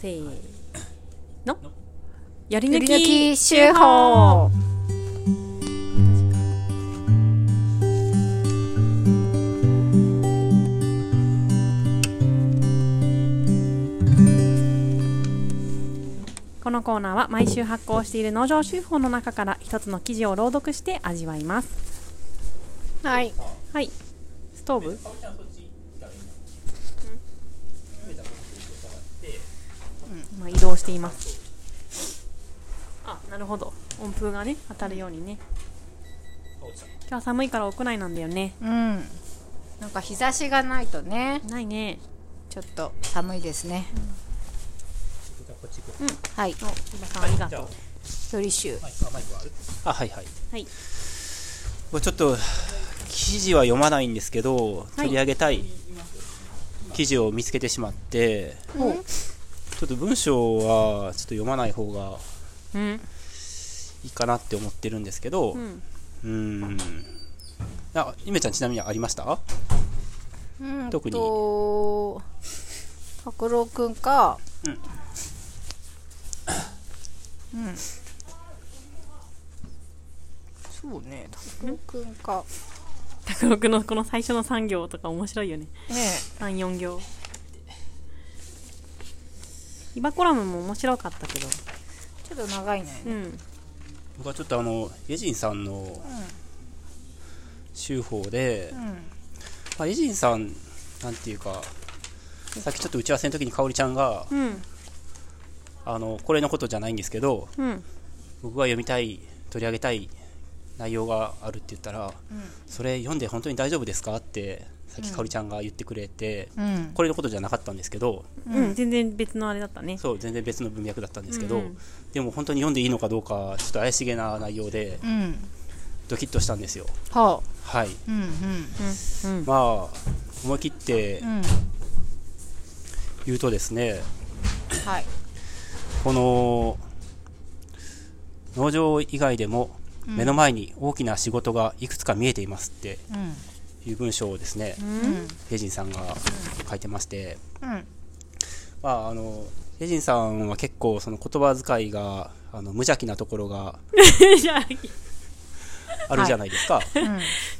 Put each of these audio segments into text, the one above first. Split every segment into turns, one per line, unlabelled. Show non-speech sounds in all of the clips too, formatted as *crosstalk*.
せーの
の
やり
ゆ
抜
り抜
き
き手法
このコーナーは毎週発行している農場手法の中から一つの記事を朗読して味わいます
はい
はいストーブ
かおりちゃんそっち行ったらいいな梅田の方に行ってもらって
今移動していますあなるほど温風がね当たるようにね
かおりちゃん
今日は寒いから屋内なんだよね
うんなんか日差しがないとね
ないね
ちょっと寒いですね
じゃあこっち行く
はい
お皆さんありが
じ
と
ゃ
う
あ
より集
マイクあマイクはあるあはいはい
はい
これちょっと記事は読まないんですけど
い
取り上げたい記事を見つけてしまって、
お
ちょっと文章はちょっと読まない方が
うん
いいかなって思ってるんですけど
う
うんーんあゆめちゃんちなみにありました
うん
特に
と拓郎くんか
う
う
ん
んそうね拓郎くんか
卓六の *laughs* この最初の3行とか面白いよね
ね
34行イバコラムも面白かったけど
えちょっと長いね
うん
僕はちょっとあのエジンさんの手法で、
う
まあ、エジンさんなんていうかさっきちょっと打ち合わせの時に香織ちゃんが
うん
あのこれのことじゃないんですけど
うん
僕が読みたい取り上げたい内容があるって言ったら、それ読んで本当に大丈夫ですかってさっき香織ちゃんが言ってくれて、
んうん
これのことじゃなかったんですけど
うん全然別のあれだったね
そう全然別の文脈だったんですけど、
うんうん
でも本当に読んでいいのかどうかちょっと怪しげな内容で
うん
ドキッとしたんですよ
は
は
あ
い
うんう
う
ん
んうん
まあ思い切って
うん
言うとですね
はい
この農場以外でも目の前に大きな仕事がいくつか見えていますって
うん
いう文章をですね、
うん
ヘジンさんが書いてまして、
うん
まあ、あのヘジンさんは結構その言葉遣いがあの無邪気なところが
*laughs* じゃあ
あるじゃないですか。は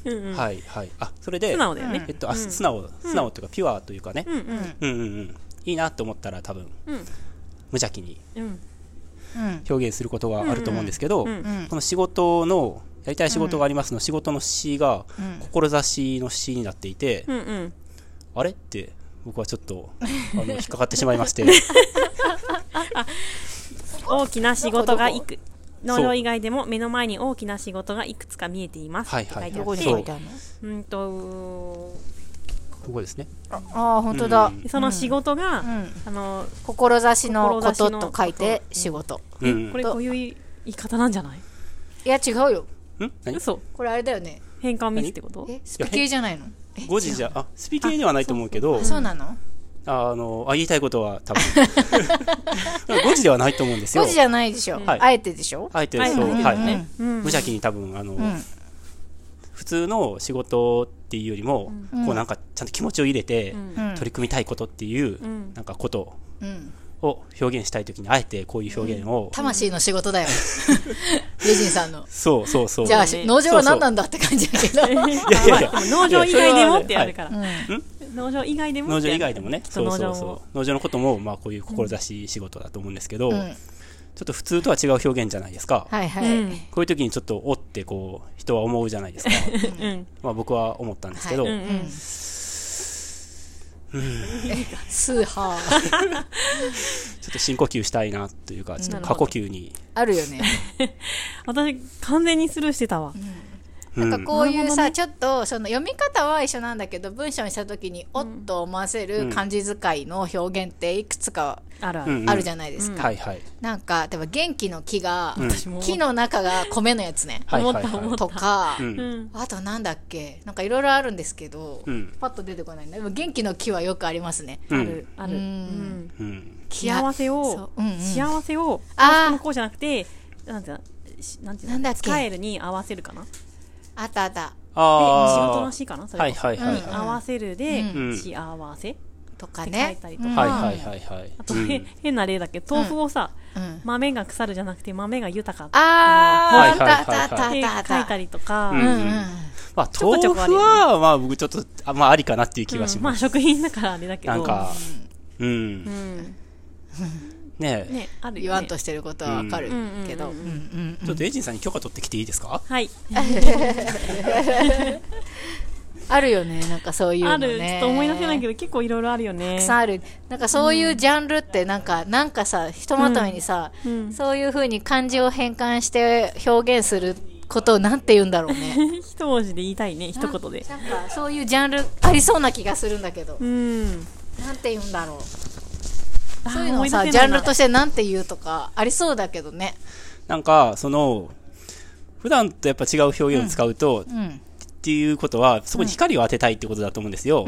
うん
うんう
い、
ん
はい、あそれで
素直だよね
えっとあ素直素直というかピュアというかね、
うんうん
うん、うんうんいいなと思ったら多分
うん
無邪気に
うん
うん
表現することがあると思うんですけど、
うん
うん
この仕事のやりたい仕事がありますの、仕事の詩が
うん
志の詩になっていて、
うんうん
あれって僕はちょっとあ
*laughs*
の引っかかってしまいまして
大きな仕事がいく農場以外でも目の前に大きな仕事がいくつか見えています
はいはい
って書
ど
いてあって
こに書いてあるの
うんと
ここですね
ああー本当だ
うん
その仕事が、
うん
あの
志のこ
志
と
のこと
と書いて仕事
え、
うん
これこういう言い方なんじゃない
いや違うよ
ん何
嘘
これあれだよね
変換ミスってこと
えスピ系じゃないのえ
5時じゃあスピ系ではないと思うけど
あそうなの
あのあ言いたいことは
*laughs*
多分5時ではないと思うんですよ
5時じゃないでしょ
はい
あえてでしょ
あえて
はい
そう、
はい
はい
うん
うん
無邪気に多分あの、
うん
普通の仕事っていうよりも、
うん
こうなんかちゃんと気持ちを入れて、
ん *laughs*
うん
取り組みたいことっていう、
うん
なんかこと
うん
を表現したいときにあえてこういう表現を、
魂の仕事だよレジンさんの
そうそうそう
じゃあ
そうね
農場は何なんだって感じだけど
いやいやいや
まあでも農場以外でもってあるから、
うん
農場以外でも
農
って
場
ある
以外でもね
きっと
そう
農
そ
場
う
を
そう農場のこともまあこういう志仕事だと思うんですけど、
う
ち
ん
ょっと普通とは違う表現じゃないですか、
はいは
う
い
ん
こういう時にちょっとおってこう人は思うじゃないですか
うん
まあ僕は思ったんですけど、
うんうん
スーハー
ちょっと深呼吸したいなというかちょっと過呼吸に、
あるよね
私完全にスルーしてたわ、
う
なんかこうい
なる
う
ほど
さ、
ね
ちょっとその読み方は一緒なんだけど文章にした時におっと思わせる漢字使いの表現っていくつか
あるある、
うん
あるじゃないですか、
はいはい
なんか例えば元気の木が、
私も
木の中が米のやつね、
はいはい
思った思
は
っ
い
とか、
う
うんん
あとなんだっけなんかいろいろあるんですけど、
うん
パッと出てこないんだでも元気の木はよくありますね
う
あ
ん
るある、
うん
うん
うん
幸せを、
そううんうん
幸せを
あー
あのこうじゃなくてなんていうのしなんていうの
なんだっけ
使えるに合わせるかなで
あったあった
仕事
あ
の
ー
詩かなそれは
は
い
はい
う
はい
ん
は
合わせるで、
うん
幸せ、
とか
書い
ね
たりとか、
うん
はいはいはいはい
あと、
うん
へ変な例だけど豆腐をさ、
うん
豆が腐るじゃなくて豆が豊か
あー
はい
あったあった
っ
あ
て
ったあっ
書い
た
たりとか、
うん
うん
うん
うん
まあ
ちょこ
豆
ちょこあ
腐
るよね
はまあ僕ちょっとあまあありかなっていう気はし
うんま
ま
あ
す
食品だからあれだけど
なんかうん
うん
ねえ
ねあるよね
言わんとしてることはわかるけど
う
うんん
う
うん
うん
ん
ちょっとエイジンさんに許可取ってきていいですか
はい
あるよねなんかそういう
あ
の
るちょ
ね
っと思い出せないけど結構いろいろあるよね
たくさんあるなんかそういうジャンルってなんかなんかさひとまとめにさ
うんうん
そういうふうに漢字を変換して表現することをなんて言うんだろうね
*laughs* 一文字で言いたいね一言で
なんかそういうジャンルありそうな気がするんだけど
うん
なんて言うんだろう
あ
そういうのを
思
さ
い出
ジ
せな
ャ
い
ン
な
ルとしてなんて言うとかありそうだけどね
なんかその普段とやっぱ違う表現を使うと、っ
うん
ていうことはそこに光を当てたいってことだと思うんですよ、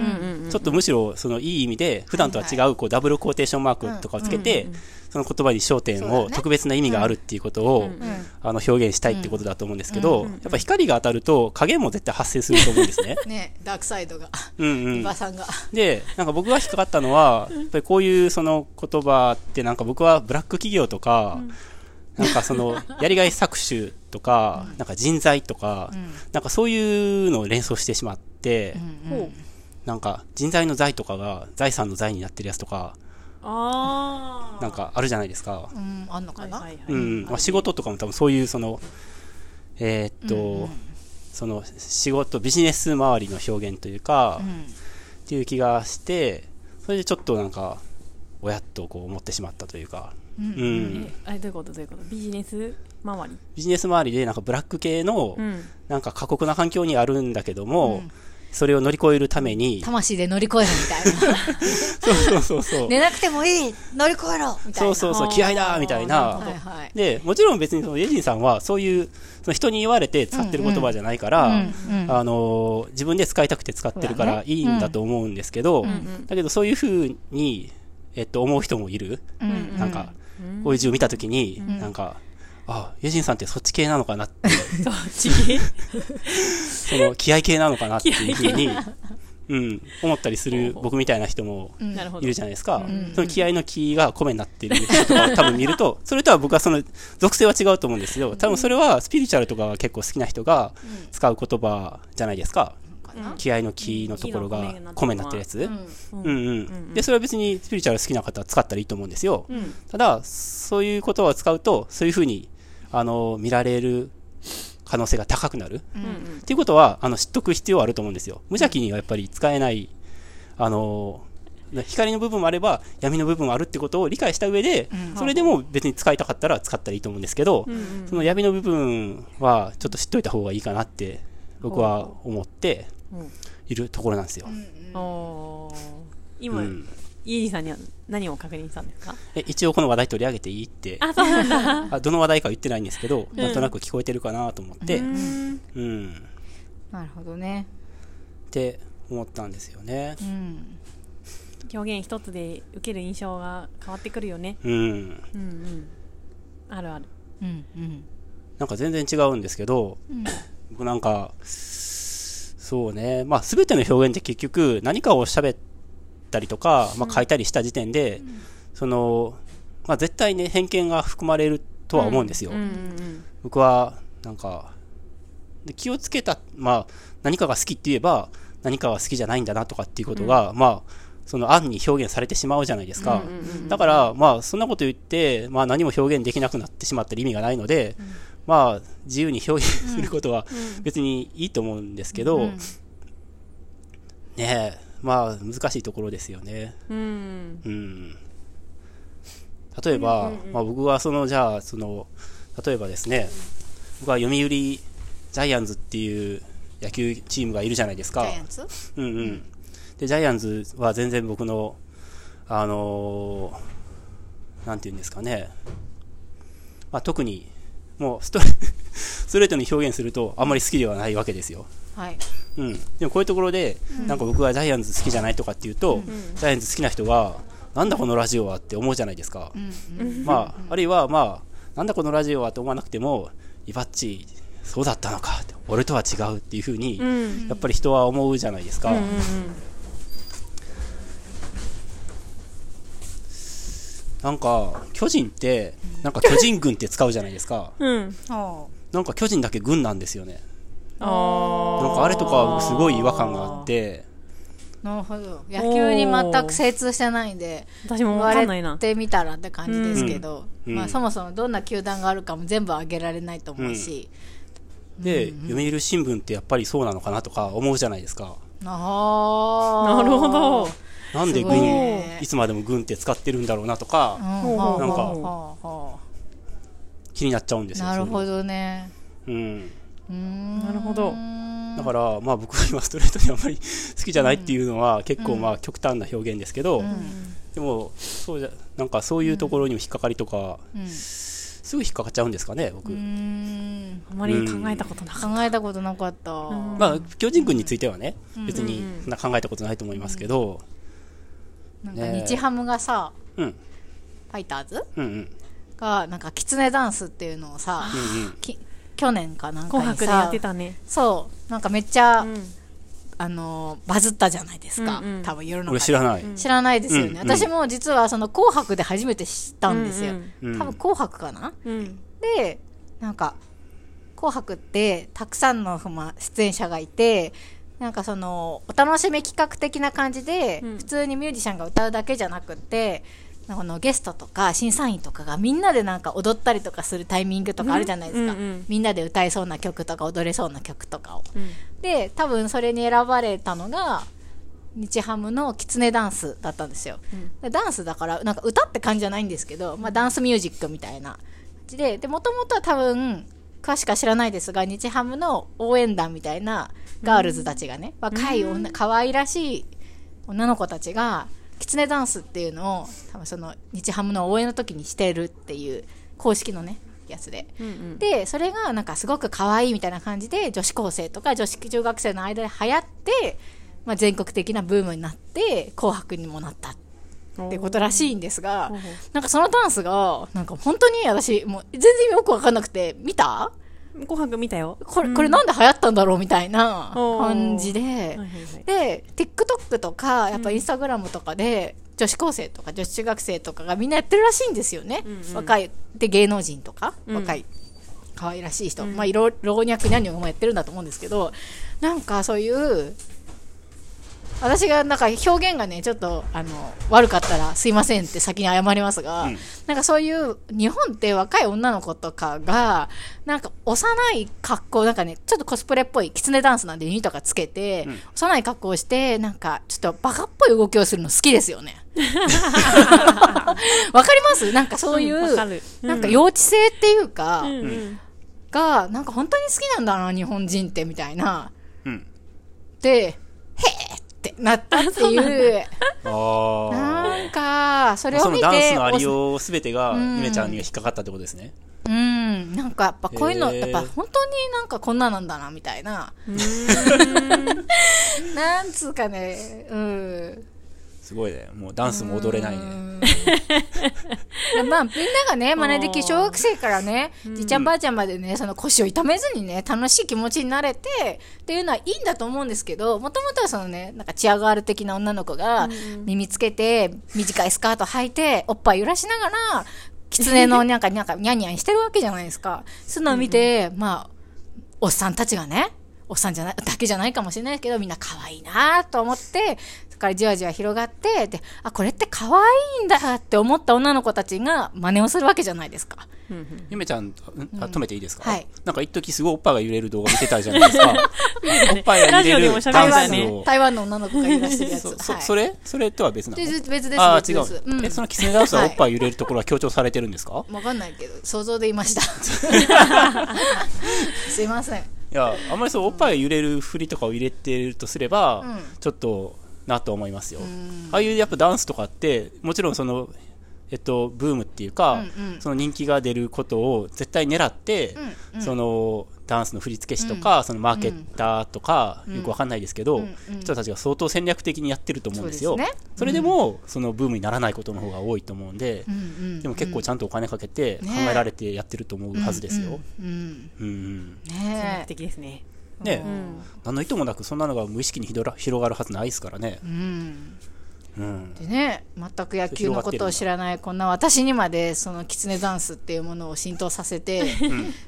ちょっとむしろそのいい意味で普段とは違うこうダブルコーテーションマークとかをつけて、その言葉に焦点
そうだ
を
ね
特別な意味があるっていうことを、
うん
あの表現したいってことだと思うんですけど、やっぱ光が当たると影も絶対発生すると思うん *laughs* ですね。
ねダークサイドが
うんう
伊
ん
庭、さんが
でなんか僕が引っかかったのはやっぱりこういうその言葉ってなんか僕はブラック企業とか、なんかその *laughs* やりがい搾取とか、なんか人材とか、なんかそういうのを連想してしまって、
ほう
なんか人材の財とかが財産の財になってるやつとか
あー
なんかあるじゃないですか。
うんあんのかな
はいはいはい
うんまあ、仕事とかも多分そういうそのえーっと、その仕事ビジネス周りの表現というか、
ん
っていう気がしてそれでちょっとなんかおやっとこう思ってしまったというか、
う
うんん、
えあれどういうことどういうことビジネス周り
ビジネス周りでなんかブラック系の
うん
なんか過酷な環境にあるんだけども、それを乗り越えるために
魂で乗り越えるみたいな
*laughs* そうそうそうそう
寝なくてもいい乗り越えろみたい
そ
な
うそうそう気合いだみたいな
はいはい
でもちろん別にそのエジンさんはそういうその人に言われて使ってる言葉じゃないから、
うんうん
あのー自分で使いたくて使ってるからいいんだと思うんですけど、だけどそういうふうに、えっと、思う人もいる、
ん
なんかこういう字を見た時に、なんかあエジンさんってそっち系なのかなって
どっち
その気合系なのかなっていうふうに、うん、思ったりする僕みたいな人も
なるほど
いるじゃないですか、その気合の気が米になってる人とかを多分見るとそれとは僕はその属性は違うと思うんですよ多分それはスピリチュアルとかが結構好きな人が使う言葉じゃないですか、
な
気合の気のところが米になってるやつ、うんうんでそれは別にスピリチュアル好きな方は使ったらいいと思うんですよ、
ん
ただそういう言葉を使うとそういうふうにあの見られる可能性が高くなる、っていうことはあの知っとく必要はあると思うんですよ無邪気にはやっぱり使えないあの光の部分もあれば闇の部分もあるってことを理解した上で、それでも別に使いたかったら使ったらいいと思うんですけど、その闇の部分はちょっと知っといた方がいいかなって僕は思っているところなんですよ、
おー
う
今
ん
イエリさんには何を確認したんです
*laughs*
か
え一応この話題取り上げていいって
あそうなんだ
あどの話題か言ってないんですけど、なんとなく聞こえてるかなと思って、
う
うん
ん
なるほどね
って思ったんですよね。
うん
表現一つで受ける印象が変わってくるよね
うん、
うんうんあるある
うんうん
なんか全然違うんですけど、僕なんか、そうね、まあ、すべての表現って結局、何かを喋ったりとか、まあ、書いたりした時点で、その、まあ、絶対ね、偏見が含まれるとは思うんですよ。
うんうん
僕はなんかで気をつけた、まあ、何かが好きって言えば何かが好きじゃないんだなとかっていうことが、まあその暗に表現されてしまうじゃないですか、だからまあそんなこと言って、まあ、何も表現できなくなってしまったら意味がないので、まあ自由に表現することは別にいいと思うんですけど、ねえまあ難しいところですよね
うんうん
うん例えば、まあ、僕はそのじゃあその例えばですね僕は読売ジャイアンツっていう野球チームがいるじゃないです
ジ
か
ャイアンツ
うんうん、でジャイアンツは全然僕のあのーなんて言うんですかね、まあ、特にもうストレ *laughs* ストレートに表現するとあんまり好きではないわけですよ
はい
うん、でもこういうところで、なんか僕がジャイアンツ好きじゃないとかっていうと、ジャイアンツ好きな人がなんだこのラジオはって思うじゃないですか、まあ、あるいは、まあ、なんだこのラジオはって思わなくてもイバッチそうだったのかって俺とは違うっていうふうに、
うん
やっぱり人は思うじゃないですか、なんか、巨人って、なんか巨人軍って使うじゃないですか。
うん。
ほ
なんか巨人だけ軍なんですよね。
あ
なんかあれとか僕すごい違和感があって、
うなるほど野球に全く精通してないんで
私も
言
わ
わ
かんないな
れ。てみたらって感じですけど、
うん
ま
う
あ、
ん
そもそもどんな球団があるかも全部あげられないと思うし、
で、読売新聞ってやっぱりそうなのかなとか思うじゃないですか。
あ
な
あ
るほど。
なんです
ごい
軍、
ね
いつまでも軍って使ってるんだろうなとか、
ほうほう
なんか
か
気になっちゃうんですよ。
なるほ
ど。
どね
うん。
うーん
なるほど
だから、まあ僕は今ストレートにあんまり好きじゃないっていうのは結構まあ極端な表現ですけど、でも、そうじゃ、なんかそういうところにも引っかかりとか、
うん
すぐ引っかかっちゃうんですかね、僕。
うーん
あまり考えたことなかっ
考えたことなかった、
ん
まあ、巨人軍についてはね、
うん
別に
うん
そんな考えたことないと思いますけど、
なんか
ねえ
日ハムがさ、
うん
ファイターズ
うんうん、
がなんかキツネダンスっていうのをさ、
うんうん。
き去年かなん
た。
かに
紅
さ
白でやってたね。
そうなんかめっちゃ、
うん。
あのバズったじゃないですか、
うんうん
多分世の中
俺
で
知らない。
知らないですよね、
うんうん
私も実はその「紅白」で初めて知ったんですよ、
うん
うん
多分「紅白」かな
うん。
でなんか「紅白」ってたくさんの、まあ、出演者がいてなんかそのお楽しみ企画的な感じで、
うん
普通にミュージシャンが歌うだけじゃなくてなんかこのゲストとか審査員とかがみんなでなんか踊ったりとかするタイミングとかあるじゃないですか、
うんうんうん
みんなで歌えそうな曲とか踊れそうな曲とかを
うん。
で多分それに選ばれたのが日ハムのキツネダンスだったんですよ、でダンスだからなんか歌って感じじゃないんですけど、まあ、ダンスミュージックみたいな感じででもともとは多分詳しくは知らないですが日ハムの応援団みたいなガールズたちがね、若い女可愛らしい女の子たちがキツネダンスっていうのを多分その日ハムの応援の時にしてるっていう公式のねやつで、
うんうん。
でそれがなんかすごく可愛いみたいな感じで女子高生とか女子中学生の間で流行って、まあ、全国的なブームになって「紅白」にもなったってことらしいんですが
ほうほう
なんかそのダンスがなんか本当に私もう全然よく分かんなくて見た
紅白見たよ。
これ,、
うん
これなんで流行ったんだろうみたいな感じ
は
で
いはいはい。
で TikTok とかやっぱ Instagram とかで、女子高生とか女子中学生とかがみんなやってるらしいんですよね、
うんうん
若いで芸能人とか、
うん
若い可愛らしい人、
うん
まあいろ老若男女もやってるんだと思うんですけどなんかそういう私がなんか表現がねちょっとあの悪かったらすいませんって先に謝りますが、
うん
なんかそういう日本って若い女の子とかがなんか幼い格好なんかねちょっとコスプレっぽいキツネダンスなんでユニとかつけて、
うん
幼い格好をしてなんかちょっとバカっぽい動きをするの好きですよ
*laughs*
ね。わかりますなんかそういう、
うんわかるうん
なんか幼稚性っていうか、
うんうん。
がなんか本当に好きなんだな日本人ってみたいな
うん。
でへえってなったっていう
ああ
なんかそれ
そ
を
の
見て
ダンスのあり
お
ようすべてが、
うん
ゆめちゃんには引っかかったってことですね。
うんなんかやっぱこういうの、
へえ
やっぱ本当になんかこんななんだなみたいな *laughs* なんつうかねうん
すごいね。もうダンスも踊れないね。
うん *laughs* まあ、みんながね、真似でき、小学生からね、じいちゃんばあちゃんまでね、その腰を痛めずにね、楽しい気持ちになれて、っていうのはいいんだと思うんですけど、もともとはそのね、なんかチアガール的な女の子が、耳つけて、短いスカート履いて、おっぱい揺らしながら、狐のなんか、なんか、ニャンニャンしてるわけじゃないですか。そういうのを見て、まあ、おっさんたちがね、おっさんじゃない、だけじゃないかもしれないけど、みんな可愛いなと思って、そこからじわじわ広がって、で、あ、これって可愛いんだって思った女の子たちが真似をするわけじゃないですか。
うんうん
ゆめちゃん、んあ止めていいですか、
はい
なんか一時すごいおっぱいが揺れる動画見てたじゃないですか。
*laughs*
おっぱいが揺れるダ
台
ン
湾
ス
の
を。
台湾の女の子がいらしてるやつ。
*laughs* そそ
はい
それそれとは別な
で
の
別別です。
ああ、
別
違う
です。。うん
え、そのキツネダンスはおっぱい揺れるところは強調されてるんですか、
わかんないけど、想像で言いま
*laughs*
した。すいません。
いや、あんまりそう、おっぱいが揺れる振りとかを入れてるとすれば、
うん
ちょっと、なと思いますよ
ん。
ああいうやっぱダンスとかって、もちろんその、えっと、ブームっていうか、
うんうん
その人気が出ることを絶対狙って、
うんうん
そのダンスの振付師とか、そのマーケッターとか、よくわかんないですけど、
うんうん
人たちが相当戦略的にやってると思うんですよ。
そうですね
それでも、そのブームにならないことの方が多いと思うんで、
うんうん
でも結構ちゃんとお金かけて考
ね
えられてやってると思うはずですよ。
うんうん。
うんうん
戦略
ねえ。
的ですね。
ね
うん
何の意図もなくそんなのが無意識にひどら広がるはずないですからね
う。ん。
うん、
でね全く野球のことを知らないこんな私にまでそのキツネダンスっていうものを浸透させ
*laughs*
て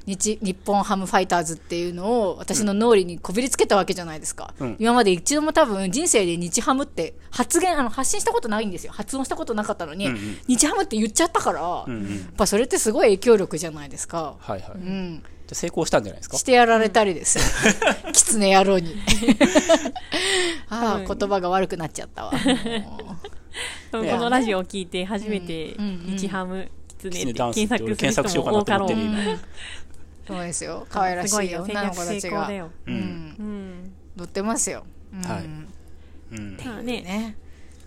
日日本ハムファイターズっていうのを私の脳裏にこびりつけたわけじゃないですか、
うん
今まで一度も多分人生で日ハムって発言あの発信したことないんですよ発音したことなかったのに、
うんうん
日ハムって言っちゃったから、
うんう
や
ん、
っぱそれってすごい影響力じゃないですか、
はいはい、
う
じゃ
ん、
あ成功したんじゃないですか
してやられたりですよ、 *laughs* キツネ野郎
*laughs*
にあ
多
あ
分
言葉が悪くなっちゃったわ。もう
*laughs* 多分
ね
このラジオを聞いて初めて
うんうんうん
日ハムキツネって
キツネダンス
検
って
索
俺
する
検索しよ
人
うかな
も多かろ
と思
う
ってる今
*laughs* そうですよ。可愛らし
すご
いよ。女の子た
戦略
ち
成
が
功だ。よ
う
うん
ん
う。ん
乗ってますよ。うん
はいうん
まあね
ね。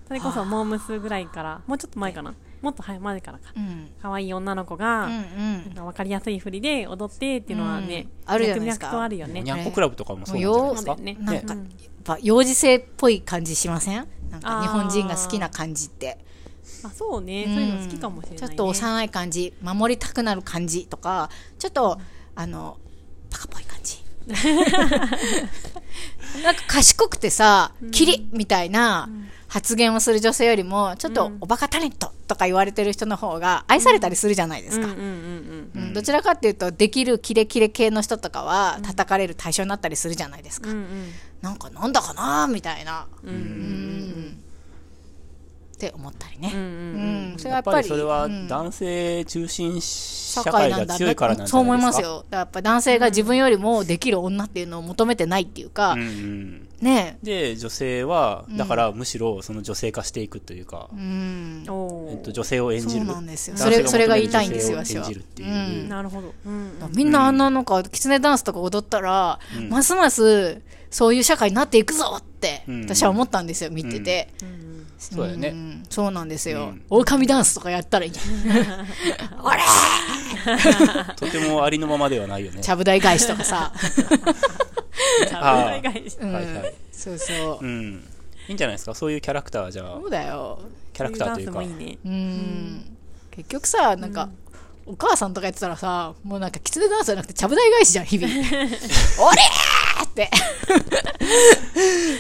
それこそモームスぐらいからもうちょっと前かなもっと早い前からか
うん。
可愛い女の子が
うんう
なん
ん。
か分かりやすい振りで踊ってっていうのはね
うんあるじゃないで
脈
すか
々とあるよ
お
ね
にゃんこクラブとかもそうなんじゃないですか
もうよ
ね
う
なんか、
う
やっ
ん
ぱ幼児性っぽい感じしませんなんか
あー
日本人が好きな感じって。
あそうね
ん
そういうの好きかもしれない
ちょ
ね
っと幼い感じ、守りたくなる感じとか、ちょっと、あの、バカっぽい感
*laughs*
じ。なんか賢くてさ、キリみたいな発言をする女性よりも、ちょっとおバカタレントとか言われてる人の方が愛されたりするじゃないです
うん
か
うん。うん
うんどちらかっていうとできるキレキレ系の人とかは叩かれる対象になったりするじゃないです
う
か、
んうん
なんかなんだかなーみたいな、
うんうん
うんって思ったりね、
うん
うんそれはや
やっ
っぱ
ぱ
り
りそれは
うん
男性中心社会が強いからなんじ
そう
ゃな
思い
いで
ますす
か
よだからやっぱ男性が自分よりもできる女っていうのを求めてないっていうか、
うんうん
ね
で女性はだからむしろその女性化していくというか
え、うん
うんおー
えっと、女性を演じ
そう
る
なんですよ
男性が
それそれが言いたいんですよ
求める女性を演じるっていう、
うん
なるほどうんうん
みんなあんななんか狐ダンスとか踊ったら、
うん
ますますそういう社会になっていくぞって
うん
私は思ったんですよ見てて、
うん
そうだよね
んそうなんですよ、
うん
狼ダンスとかやったら
*laughs*
いいじゃん俺
とてもありのままではないよね
ちゃぶ台返しとかさ、
あー
海外人
うん
はいはい
そうそう、
うんいいんじゃないですかそういうキャラクターじゃあ
そうだよ
キャラクターというか
ダンスもいいね
うん、結局さなんか、お母さんとかやってたらさもうなんかきつねダンスじゃなくてちゃぶ台返しじゃん *laughs* 日々俺ーって *laughs*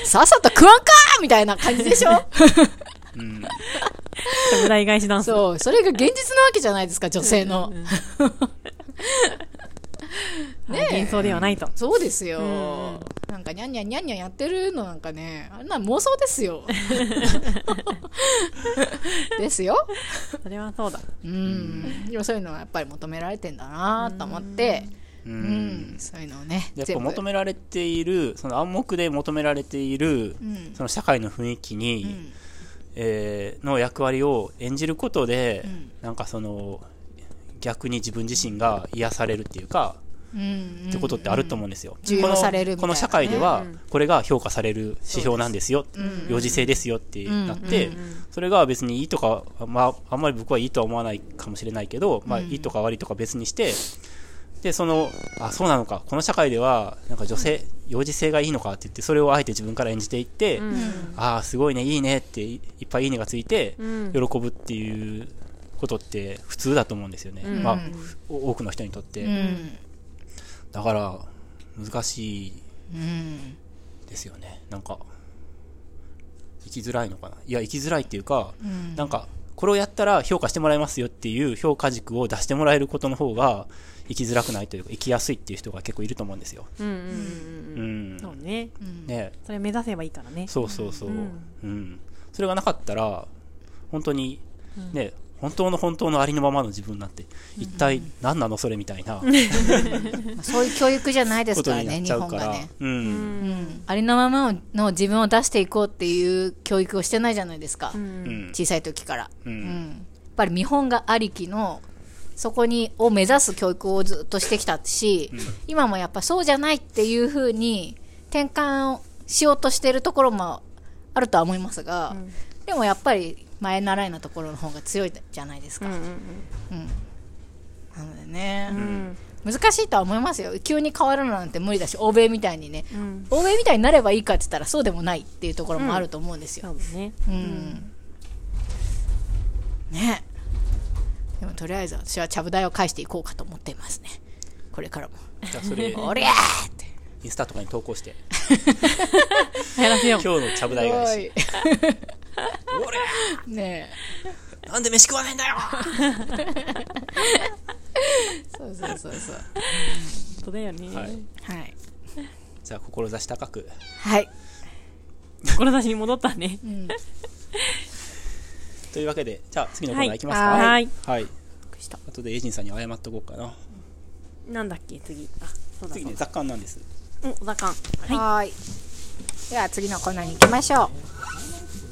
さっさと食わんかーみたいな感じでし *laughs* ょ
うん
無題返しダンス
そうそれが現実なわけじゃないですか女性の、
ね幻想ではないと
そうですよ、
うん
なんかにゃんにゃんにゃんにゃんやってるのなんかねあんな妄想です *laughs* よですよ
それはそうだ
うんでもそういうのはやっぱり求められてんだなと思って
う
うん
ん
そういうのをね
やっぱ
全部
求められているその暗黙で求められている、
ん
その社会の雰囲気に、
ん
えーの役割を演じることで、
うん
なんかその逆に自分自身が癒されるっていうか、
うんうん
ってことってあると思うんですよ。
重要されるみたいなね
このこの社会ではこれが評価される指標なんですよ、幼児性ですよってなって、それが別にいいとか、まあ、あんまり僕はいいとは思わないかもしれないけど、まあ、いいとか悪いとか別にして、で、その、あ、そうなのか、この社会では、なんか女性、幼児性がいいのかって言って、それをあえて自分から演じていって、ああ、すごいね、いいねって、いいっぱいいいねがついて、
ん
喜ぶっていうことって普通だと思うんですよね。
ん
まあ、お多くの人にとって。
うん
だから、難しい
うん
ですよね。なんか、生きづらいのかな。いや、生きづらいっていうか、なんか、これをやったら評価してもらえますよっていう評価軸を出してもらえることの方が、生きづらくないというか、生きやすいっていう人が結構いると思うんですよ。
うんうんうん
う
うん
ん。
そうね
ね
それ目指せばいいからね
そうそうそう。う
うん
ん。それがなかったら、本当に、ね、本当の本当のありのままの自分なんて、一体何なのそれみたい
まあ
な
そういう教育じゃないです
こ
か
と
ら
にな
ね
っ
日
ちゃ
本
うか
が
ら
ね。
うん。
うんありのままの自分を出していこうっていう教育をしてないじゃないですか
うん。
小さい時から
う。
うんんやっぱり見本がありきのそこにを目指す教育をずっとしてきたし、今もやっぱそうじゃないっていうふうに転換をしようとしてるところもあるとは思いますが、でもやっぱり前習いなところの方が強いじゃないですか、
うん
なのでね、
うんうん
難しいとは思いますよ急に変わるのなんて無理だし欧米みたいにね
うん
欧米みたいになればいいかって言ったらそうでもないっていうところもあると思うんですよ、
そうだね
うんねでもとりあえず私はちゃぶ台を返していこうかと思っていますねこれからも
*laughs* じゃあ、それ、
おりゃーって
*laughs* インスタとかに投稿して、
やらせよう
今日のちゃぶ台返し。
*laughs*
俺
ね
なんで飯食わないんだよ
えそうそうそうそう
本当だよね、
はい
はい
じゃあ志高く
はい、
志に戻ったね
うん、
というわけでじゃあ次のコーナーいきますか
はい
はい
はい
びっくりした
あとでエイジンさんに謝っとこうかな
なんだっけ次あそうだ
次
そう
ね
だ
雑感なんです
おおだかんはい
はーいでは次のコーナーに行きましょう